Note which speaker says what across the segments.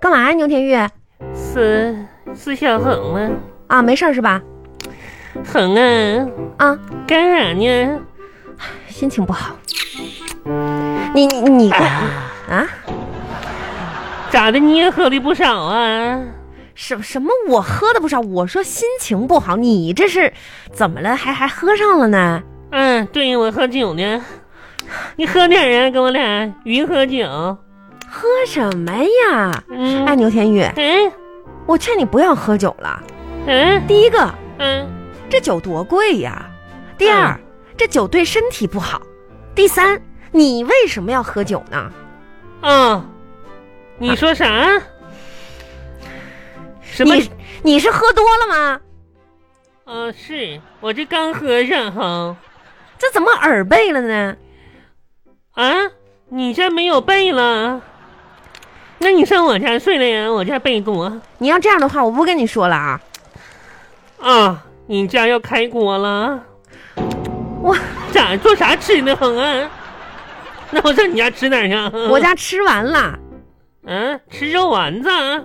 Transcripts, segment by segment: Speaker 1: 干嘛呀、牛天玉？
Speaker 2: 是是小红吗？
Speaker 1: 啊，没事儿是吧？
Speaker 2: 红啊，
Speaker 1: 啊，
Speaker 2: 干啥呢？
Speaker 1: 心情不好。你你你
Speaker 2: 哎
Speaker 1: 快啊！
Speaker 2: 咋的？你也喝的不少啊？
Speaker 1: 什什么？我喝的不少，我说心情不好，你这是怎么了？还还喝上了呢？
Speaker 2: 嗯，对我喝酒呢。你喝点儿啊，跟我俩云喝酒。
Speaker 1: 喝什么呀？
Speaker 2: 嗯，
Speaker 1: 哎，牛天玉，
Speaker 2: 嗯
Speaker 1: 我劝你不要喝酒了。
Speaker 2: 嗯
Speaker 1: 第一个，
Speaker 2: 嗯，
Speaker 1: 这酒多贵呀；第二，这酒对身体不好；第三，你为什么要喝酒呢？
Speaker 2: 哦，你说啥？什么？
Speaker 1: 你你是喝多了吗？
Speaker 2: 哦，是我这刚喝上哈。
Speaker 1: 这怎么耳背了呢？
Speaker 2: 啊，你这没有被了？那你上我家睡了呀？我家被多
Speaker 1: 你要这样的话，我不跟你说了啊！
Speaker 2: 啊，你家要开锅了？
Speaker 1: 我
Speaker 2: 咋做啥吃的哼啊？那我上你家吃点儿去啊。
Speaker 1: 我家吃完了，
Speaker 2: 嗯，吃肉丸子。啊！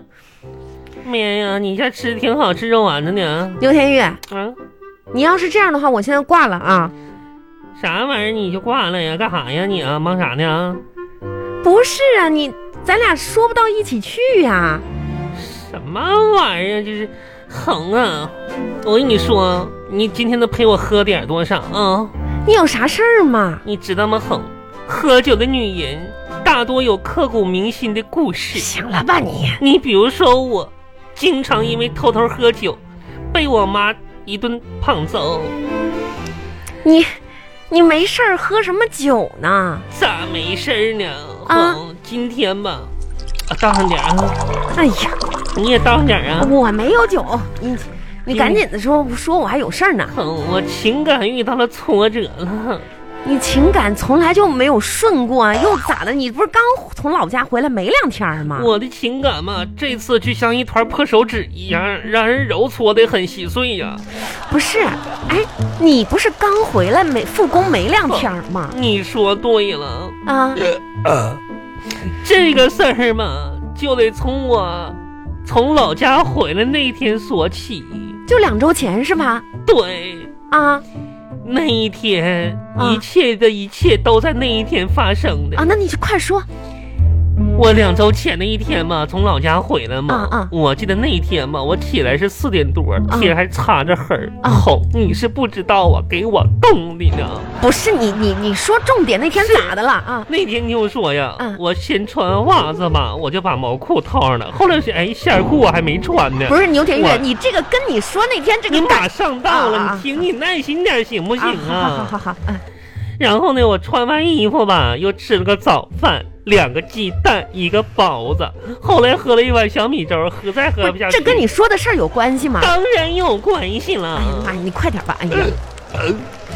Speaker 2: 妈呀，你家吃的挺好吃肉丸子呢。
Speaker 1: 牛天玉，
Speaker 2: 啊，
Speaker 1: 你要是这样的话，我现在挂了啊！
Speaker 2: 啥玩意儿你就挂了呀？干啥呀你啊？忙啥呢？
Speaker 1: 不是啊，你咱俩说不到一起去啊呀、
Speaker 2: 什么玩意儿？啊就是横啊！我跟你说，你今天都陪我喝点儿多少啊？
Speaker 1: 你有啥事儿吗？
Speaker 2: 你知道吗？横，喝酒的女人大多有刻骨铭心的故事。
Speaker 1: 行了吧你，
Speaker 2: 你比如说我，经常因为偷偷喝酒，被我妈一顿胖揍。
Speaker 1: 你你没事儿喝什么酒呢？
Speaker 2: 咋没事儿呢？
Speaker 1: 啊
Speaker 2: 哼，今天吧，啊，倒上点儿啊，
Speaker 1: 哎呀，
Speaker 2: 你也倒上点儿啊。
Speaker 1: 我没有酒，你你
Speaker 2: 嗯
Speaker 1: 赶紧的说说，我还有事儿呢。
Speaker 2: 哼，哦我情感遇到了挫折了。
Speaker 1: 你情感从来就没有顺过，啊，又咋的？你不是刚从老家回来没两天儿吗？
Speaker 2: 我的情感嘛，这次就像一团破手指一样，让人揉搓的很稀碎呀、
Speaker 1: 不是，哎，你不是刚回来没复工没两天儿吗？
Speaker 2: 你说对了，
Speaker 1: 啊，
Speaker 2: 这个事儿嘛，就得从我从老家回来那天说起。
Speaker 1: 就两周前是吧？
Speaker 2: 对，
Speaker 1: 啊
Speaker 2: 那一天，
Speaker 1: 啊
Speaker 2: 一切的一切都在那一天发生的
Speaker 1: 啊，。那你就快说
Speaker 2: 我两周前那一天嘛，从老家回来嘛，
Speaker 1: 啊啊
Speaker 2: 我记得那一天嘛，我起来是四点多，天还擦着黑儿。
Speaker 1: 啊
Speaker 2: 吼、你是不知道啊，给我冻的呢。
Speaker 1: 不是你你你说重点那天咋的了啊？
Speaker 2: 那天就说呀，
Speaker 1: 嗯
Speaker 2: 我先穿袜子吧，我就把毛裤套上了。后来是哎，线儿裤我还没穿呢
Speaker 1: 不。是牛田
Speaker 2: 我
Speaker 1: 玉，你这个跟你说那天这
Speaker 2: 你
Speaker 1: 个感
Speaker 2: 马上到了，
Speaker 1: 啊啊
Speaker 2: 你听，你耐心点行不行啊
Speaker 1: 好好好好好，嗯
Speaker 2: 然后呢，我穿完衣服吧，又吃了个早饭，两个鸡蛋，一个包子。后来喝了一碗小米粥，喝再喝不下去。
Speaker 1: 这跟你说的事儿有关系吗？
Speaker 2: 当然有关系了
Speaker 1: 哎。呀妈呀，你快点吧！哎呀，
Speaker 2: 嗯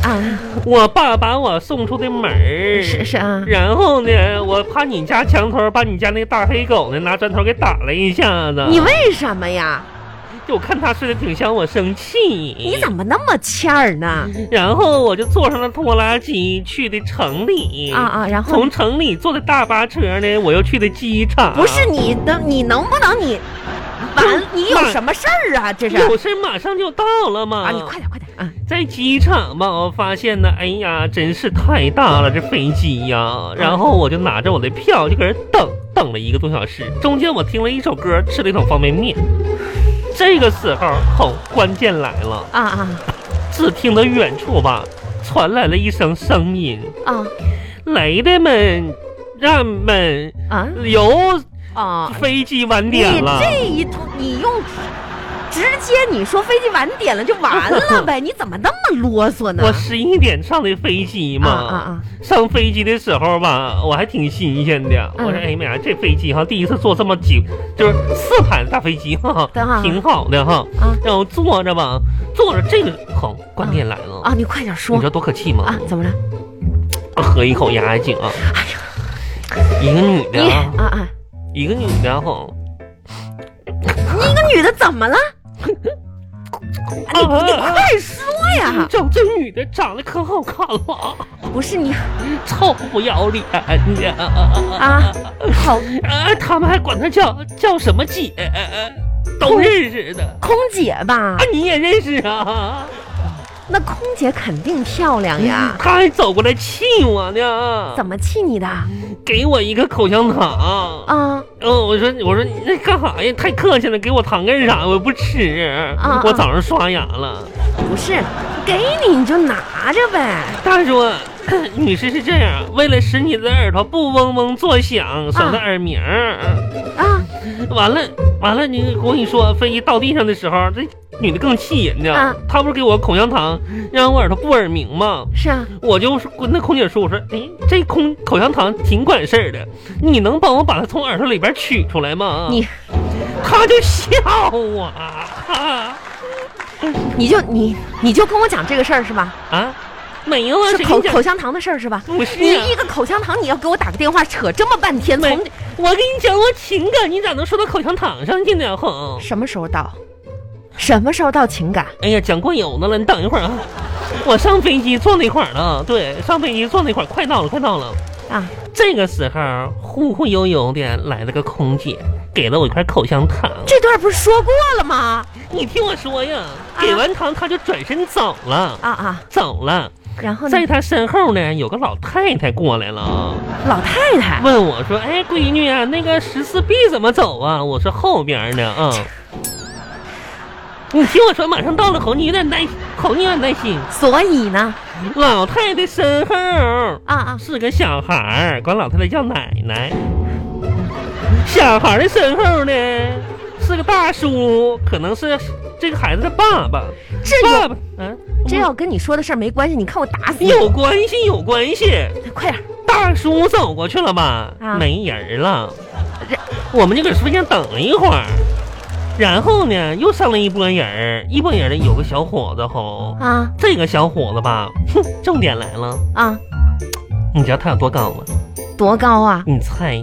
Speaker 1: 啊，
Speaker 2: 我爸把我送出的门儿，
Speaker 1: 是是啊，
Speaker 2: 然后呢，我怕你家墙头把你家那个大黑狗呢拿砖头给打了一下子。
Speaker 1: 你为什么呀？
Speaker 2: 嗯就我看它睡得挺香，我生气。
Speaker 1: 你怎么那么欠儿呢？
Speaker 2: 然后我就坐上了拖拉机去的城里
Speaker 1: 啊。啊，然后
Speaker 2: 从城里坐的大巴车呢，我又去的机场。
Speaker 1: 不是你的，你能不能你完？你有
Speaker 2: 慢嗯
Speaker 1: 什么事儿啊？这是
Speaker 2: 有事马上就到了嘛！
Speaker 1: 啊，你快点快点啊！
Speaker 2: 在机场吧，我发现呢，哎呀，真是太大了，这飞机
Speaker 1: 嗯
Speaker 2: 呀！然后我就拿着我的票就搁这等，等了一个多小时。中间我听了一首歌，吃了一桶方便面。这个时候，吼、关键来了！
Speaker 1: 啊啊
Speaker 2: 只听得远处吧，传来了一声声音
Speaker 1: 啊：“
Speaker 2: 来的们，让们
Speaker 1: 啊
Speaker 2: 由
Speaker 1: 啊！
Speaker 2: 飞机晚
Speaker 1: 你
Speaker 2: 点了。”
Speaker 1: 这一通，你用直接你说飞机晚点了就完了 呗？你怎么那么啰嗦呢？
Speaker 2: 我十一点上的飞机嘛，
Speaker 1: 啊啊啊！
Speaker 2: 上飞机的时候吧，我还挺新鲜的。
Speaker 1: 嗯
Speaker 2: 我说，哎呀妈呀，这飞机哈，第一次坐这么久，就是四排的大飞机哈
Speaker 1: 等会
Speaker 2: 哈
Speaker 1: 儿，
Speaker 2: 挺好的哈。
Speaker 1: 啊
Speaker 2: 然后坐着吧，坐着这个好，关键来了
Speaker 1: 啊，你快点
Speaker 2: 你
Speaker 1: 说
Speaker 2: 知道多可气吗？
Speaker 1: 啊！怎么了？
Speaker 2: 喝一口压压惊啊！
Speaker 1: 哎呀，
Speaker 2: 一个女的
Speaker 1: 你
Speaker 2: 啊，
Speaker 1: 啊啊！
Speaker 2: 一个女的哈，
Speaker 1: 你个女的怎么了？你
Speaker 2: 啊
Speaker 1: 啊快说呀！哎啊
Speaker 2: 这这女的长得可好看了，
Speaker 1: 不是你
Speaker 2: 臭不要脸呀！
Speaker 1: 啊，好
Speaker 2: 啊，他们还管她叫叫什么姐，呃都认识的
Speaker 1: 空姐吧
Speaker 2: 啊？，你也认识啊？
Speaker 1: 那空姐肯定漂亮哎呀，
Speaker 2: 他还走过来气我呢，
Speaker 1: 怎么气你的？
Speaker 2: 给我一个口香糖。
Speaker 1: 啊，
Speaker 2: 哦，我说我说你那干啥呀？太客气了，给我糖干啥？我不吃
Speaker 1: 啊，
Speaker 2: 我早上刷牙了。
Speaker 1: 不是，给你你就拿着呗。
Speaker 2: 大叔，啊 女士是这样，为了使你的耳朵不嗡嗡作响，省得耳鸣。
Speaker 1: 啊
Speaker 2: 完了完了，你我跟你说，飞机到地上的时候，这女的更气人呢。
Speaker 1: 啊
Speaker 2: 她不是给我口香糖，让我耳朵不耳鸣吗？
Speaker 1: 是啊，
Speaker 2: 我就说跟那空姐说，我说，哎，这空口香糖挺管事儿的，你能帮我把它从耳朵里边取出来吗？
Speaker 1: 你
Speaker 2: 他就笑我啊
Speaker 1: 你就你你就跟我讲这个事儿是吧？
Speaker 2: 啊，没有啊，
Speaker 1: 是
Speaker 2: 谁
Speaker 1: 口
Speaker 2: 跟你讲
Speaker 1: 口香糖的事儿是吧？
Speaker 2: 不 是、
Speaker 1: 你
Speaker 2: 啊
Speaker 1: 一？个口香糖，你要给我打个电话，扯这么半天，
Speaker 2: 没
Speaker 1: 从
Speaker 2: 我跟你讲，我情感，你咋能说到口香糖上去呢？哼！
Speaker 1: 什么时候到？什么时候到情感？
Speaker 2: 哎呀，讲过油的了，你等一会儿啊，我上飞机坐那块儿了，对，上飞机坐那块儿，快到了，快到了。
Speaker 1: 啊，
Speaker 2: 这个时候，忽忽悠悠的来了个空姐，给了我一块口香糖。
Speaker 1: 这段不是说过了吗？
Speaker 2: 你听我说呀，给完糖他就转身走了，
Speaker 1: 啊啊，
Speaker 2: 走了。
Speaker 1: 然后呢
Speaker 2: 在？他身后呢，有个老太太过来了，啊
Speaker 1: 老太太，
Speaker 2: 问我说：“哎，闺女啊，那个十四 B 怎么走啊？”我说：“后边呢啊。”你听我说，马上到了，口你有点耐，口你有点耐心。
Speaker 1: 所以呢？
Speaker 2: 老太太身后
Speaker 1: 啊啊，
Speaker 2: 是个小孩儿，管老太太叫奶奶。小孩儿的身后呢是个大叔，可能是这个孩子的爸爸。
Speaker 1: 这
Speaker 2: 爸
Speaker 1: 有
Speaker 2: 爸，嗯，
Speaker 1: 这要跟你说的事儿没关系，你看我打死你！
Speaker 2: 有关系，有关系。
Speaker 1: 快点儿，
Speaker 2: 大叔走过去了吧？
Speaker 1: 啊
Speaker 2: 没人了
Speaker 1: 这，
Speaker 2: 我们就搁车间等了一会儿，然后呢，又上来一波人儿，一波人儿里有个小伙子吼，
Speaker 1: 啊
Speaker 2: 这个小伙子吧，哼，重点来了，
Speaker 1: 啊，
Speaker 2: 你知道他有多高吗？
Speaker 1: 多高啊？
Speaker 2: 你猜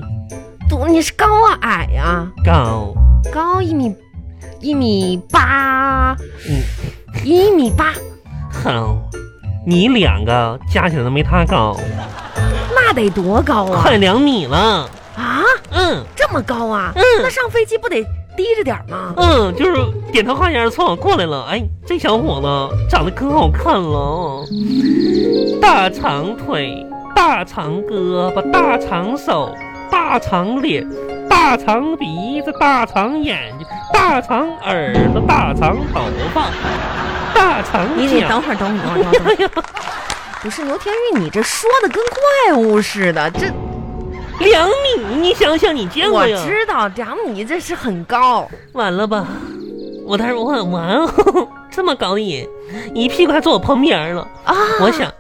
Speaker 1: 多你是高啊矮呀、啊？
Speaker 2: 高？
Speaker 1: 高一米一米八，
Speaker 2: 嗯，
Speaker 1: 一米八，
Speaker 2: 好，啊你两个加起来都没他高，
Speaker 1: 那得多高啊？
Speaker 2: 快两米了。
Speaker 1: 啊，
Speaker 2: 嗯
Speaker 1: 这么高啊？
Speaker 2: 嗯
Speaker 1: 那上飞机不得低着点儿吗？
Speaker 2: 嗯，就是点头哈腰冲我过来了。哎，这小伙子长得可好看了，大长腿，大长胳膊，大长手，大长脸，大长鼻子，大长眼睛，大长耳朵，大长头发，大长
Speaker 1: 你你
Speaker 2: 脚。
Speaker 1: 等会儿，等会儿，等 会儿，等会儿。不是牛天玉，你这说的跟怪物似的，这
Speaker 2: 两米，你想想你见
Speaker 1: 我
Speaker 2: 过呀？
Speaker 1: 知道，两米这是很高，
Speaker 2: 完了吧？我当时我完哦， 这么高人，一屁股还坐我旁边了。
Speaker 1: 啊
Speaker 2: 我想，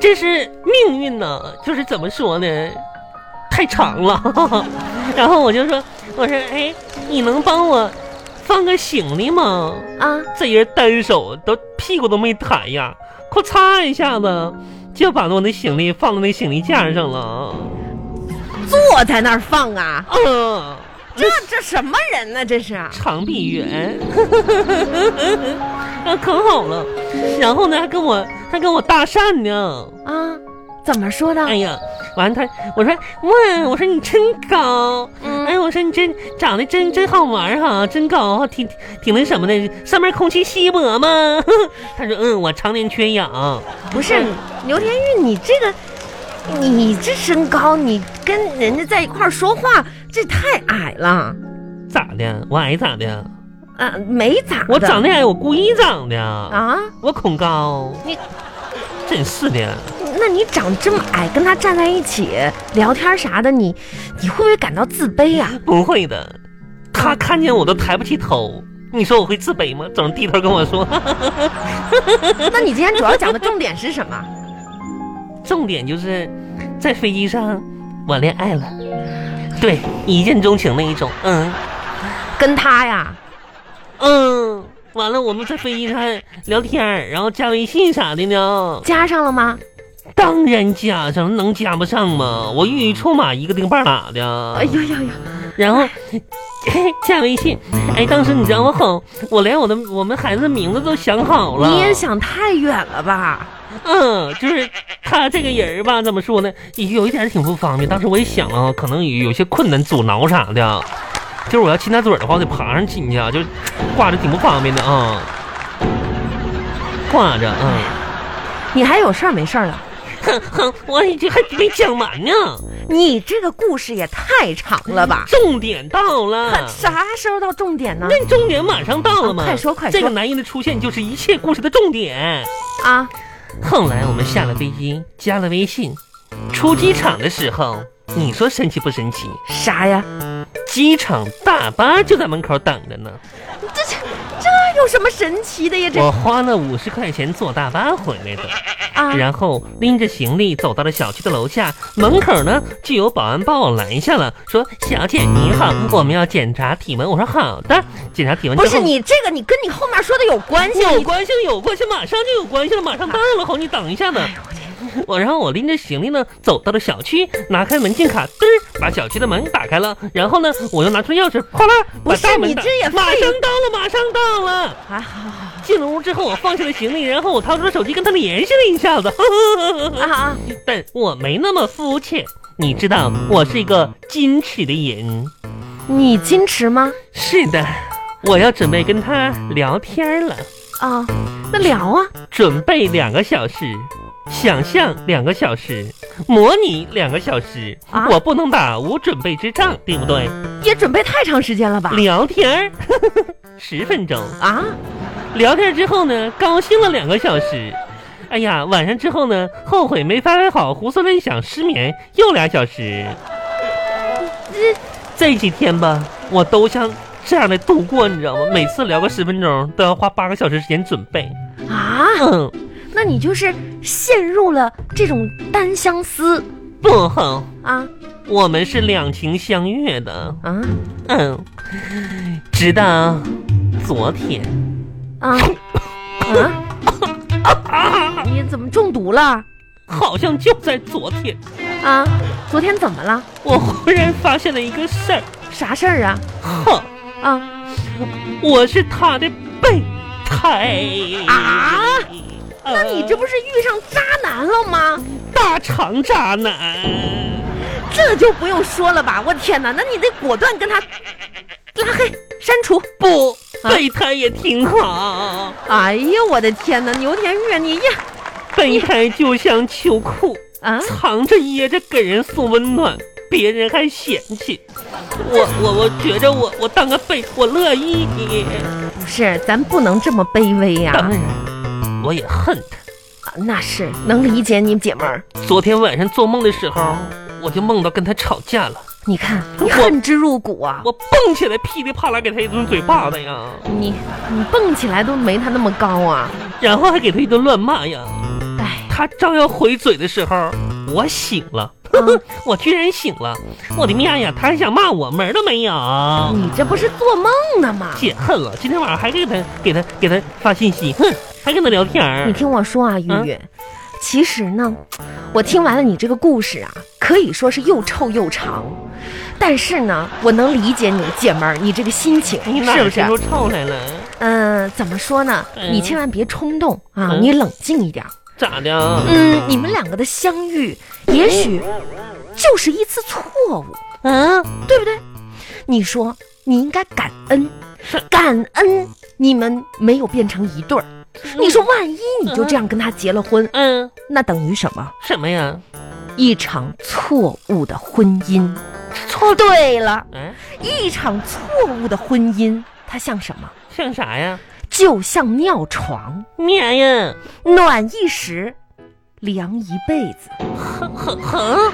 Speaker 2: 这是命运呐，就是怎么说呢，太长了。 然后我就说，我说，哎，你能帮我放个行李吗？
Speaker 1: 啊，
Speaker 2: 这人单手都屁股都没抬呀，咔嚓一下子就把我那行李放到那行李架上了。
Speaker 1: 坐在那儿放啊，
Speaker 2: 嗯、
Speaker 1: 这啊这什么人呢？这是
Speaker 2: 长臂猿，啊，可好了。然后呢，还跟我还跟我搭讪呢。
Speaker 1: 啊，怎么说的？
Speaker 2: 哎呀，完了他，我说哇，我说你真高，哎，
Speaker 1: 嗯，
Speaker 2: 我说你真长得真真好玩哈、真高哈，挺挺那什么的。上面空气稀薄吗？ 他说嗯，我常年缺氧。
Speaker 1: 不是牛天玉，你这个。你这身高，你跟人家在一块儿说话，这太矮了。
Speaker 2: 咋的？我矮咋的？
Speaker 1: 啊，没咋的。
Speaker 2: 我长得矮，我故意长的。
Speaker 1: 啊，
Speaker 2: 我恐高。
Speaker 1: 你
Speaker 2: 真是的。
Speaker 1: 那你长这么矮，跟他站在一起聊天啥的，你你会不会感到自卑啊呀、
Speaker 2: 不会的，他看见我都抬不起头。你说我会自卑吗？总是低头跟我说。
Speaker 1: 那你今天主要讲的重点是什么？
Speaker 2: 重点就是，在飞机上我恋爱了，对，一见钟情那一种。嗯
Speaker 1: 跟他呀？
Speaker 2: 嗯，完了我们在飞机上还聊天儿，然后加微信啥的呢。
Speaker 1: 加上了吗？
Speaker 2: 当然加上，能加不上吗？我欲出马一个钉半拉的。
Speaker 1: 哎呀呀呀！
Speaker 2: 然后 加微信。哎，当时你知道我好，我连我的我们孩子的名字都想好了。
Speaker 1: 你也想太远了吧？
Speaker 2: 嗯，就是他这个人儿吧，怎么说呢，有一点挺不方便。当时我也想了，可能有有些困难、阻挠啥的。啊就是我要亲他嘴儿的话，我得爬上亲去啊，就是挂着挺不方便的啊、挂着，嗯，
Speaker 1: 你还有事儿没事儿了？
Speaker 2: 哼哼，我这还没讲完呢，
Speaker 1: 你这个故事也太长了吧？
Speaker 2: 重点到了。
Speaker 1: 啥时候到重点呢？
Speaker 2: 那重点马上到了嘛？
Speaker 1: 啊快说快说
Speaker 2: 这个男人的出现就是一切故事的重点。
Speaker 1: 啊，
Speaker 2: 后来我们下了飞机，加了微信，出机场的时候，你说神奇不神奇？
Speaker 1: 啥呀？
Speaker 2: 机场大巴就在门口等着呢。
Speaker 1: 这这这有什么神奇的呀？这
Speaker 2: 我花了五十块钱坐大巴回来的，
Speaker 1: 啊，
Speaker 2: 然后拎着行李走到了小区的楼下，门口呢就有保安把我拦下了，说：“小姐你好，我们要检查体温。”我说：“好的。”检查体温之
Speaker 1: 不
Speaker 2: 后，
Speaker 1: 是你这个，你跟你后面说的有关系。
Speaker 2: 有
Speaker 1: 你
Speaker 2: 关系了，有关系了，马上就有关系了，马上到了，红，你等一下呢。我然后我拎着行李呢，走到了小区，拿开门禁卡，嘚儿把小区的门打开了，然后呢，我又拿出钥匙，哗啦，把
Speaker 1: 不是
Speaker 2: 大门
Speaker 1: 你
Speaker 2: 打
Speaker 1: 这也
Speaker 2: 马
Speaker 1: 废
Speaker 2: 上到了，马上到了。
Speaker 1: 啊，好好
Speaker 2: 进了屋之后，我放下了行李，然后我掏出了手机跟他联系了一下子，
Speaker 1: 好啊啊，
Speaker 2: 但我没那么肤浅，你知道，我是一个矜持的人。
Speaker 1: 你矜持吗？
Speaker 2: 是的，我要准备跟他聊天了。
Speaker 1: 啊，那聊啊，
Speaker 2: 准备两个小时，想象两个小时，模拟两个小时。
Speaker 1: 啊
Speaker 2: 我不能打无准备之仗，对不对？
Speaker 1: 也准备太长时间了吧？
Speaker 2: 聊天儿 十分钟，
Speaker 1: 啊，
Speaker 2: 聊天之后呢，高兴了两个小时。哎呀，晚上之后呢，后悔没发挥好，胡思乱想，失眠又俩小时。
Speaker 1: 这
Speaker 2: 这几天吧，我都像这样的度过，你知道吗？每次聊个十分钟，都要花八个小时时间准备。
Speaker 1: 啊，
Speaker 2: 嗯，
Speaker 1: 那你就是陷入了这种单相思
Speaker 2: 不好，
Speaker 1: 啊
Speaker 2: 我们是两情相悦的。
Speaker 1: 啊
Speaker 2: 嗯，直到昨天，
Speaker 1: 啊啊！你怎么中毒了
Speaker 2: 好像就在昨天，
Speaker 1: 啊？昨天怎么了？
Speaker 2: 我忽然发现了一个事儿。
Speaker 1: 啥事儿啊？
Speaker 2: 哼，
Speaker 1: 啊
Speaker 2: 我是他的备胎
Speaker 1: 啊！
Speaker 2: 呃
Speaker 1: 那你这不是遇上渣男了吗？
Speaker 2: 大肠渣男？
Speaker 1: 这就不用说了吧！我天哪，那你得果断跟他拉黑删除。
Speaker 2: 不，
Speaker 1: 啊
Speaker 2: 备胎也挺好，
Speaker 1: 哎呀，我的天哪，牛田玉，你呀
Speaker 2: 备胎就像秋裤，
Speaker 1: 啊！
Speaker 2: 藏着掖着给人送温暖，别人还嫌弃。我我我觉着我我当个备我乐意。
Speaker 1: 不是，咱不能这么卑微呀、
Speaker 2: 当然，我也恨他。
Speaker 1: 啊那是能理解你姐们儿。
Speaker 2: 昨天晚上做梦的时候，我就梦到跟他吵架了，
Speaker 1: 你看，
Speaker 2: 我
Speaker 1: 你恨之入骨啊！
Speaker 2: 我蹦起来噼里啪啦给他一顿嘴巴子呀，
Speaker 1: 你你蹦起来都没他那么高啊！
Speaker 2: 然后还给他一顿乱骂呀。
Speaker 1: 哎，
Speaker 2: 他正要回嘴的时候，我醒了，
Speaker 1: 嗯
Speaker 2: 我居然醒了，我的妈呀！他还想骂我，门儿都没有。
Speaker 1: 你这不是做梦呢吗？
Speaker 2: 解恨了，今天晚上还给他给他给他发信息，哼，还跟他聊天儿
Speaker 1: 你听我说啊，玉
Speaker 2: 嗯
Speaker 1: 玉，其实呢，我听完了你这个故事啊，可以说是又臭又长，但是呢，我能理解你姐们儿你这个心情，
Speaker 2: 你哪
Speaker 1: 是
Speaker 2: 儿
Speaker 1: 不是
Speaker 2: 听？出臭来了？
Speaker 1: 嗯，怎么说呢？
Speaker 2: 嗯
Speaker 1: 你千万别冲动啊，
Speaker 2: 嗯
Speaker 1: 你冷静一点儿。
Speaker 2: 咋的？
Speaker 1: 嗯，你们两个的相遇，也许就是一次错误，
Speaker 2: 嗯，
Speaker 1: 对不对？你说你应该感恩，感恩你们没有变成一对儿。你说，万一你就这样跟他结了婚，
Speaker 2: 嗯，
Speaker 1: 那等于什么？
Speaker 2: 什么呀？
Speaker 1: 一场错误的婚姻。错对了，
Speaker 2: 嗯，
Speaker 1: 一场错误的婚姻，它像什么？
Speaker 2: 像啥呀？
Speaker 1: 就像尿床，
Speaker 2: 妈呀！
Speaker 1: 暖一时，凉一辈子。
Speaker 2: 哼哼，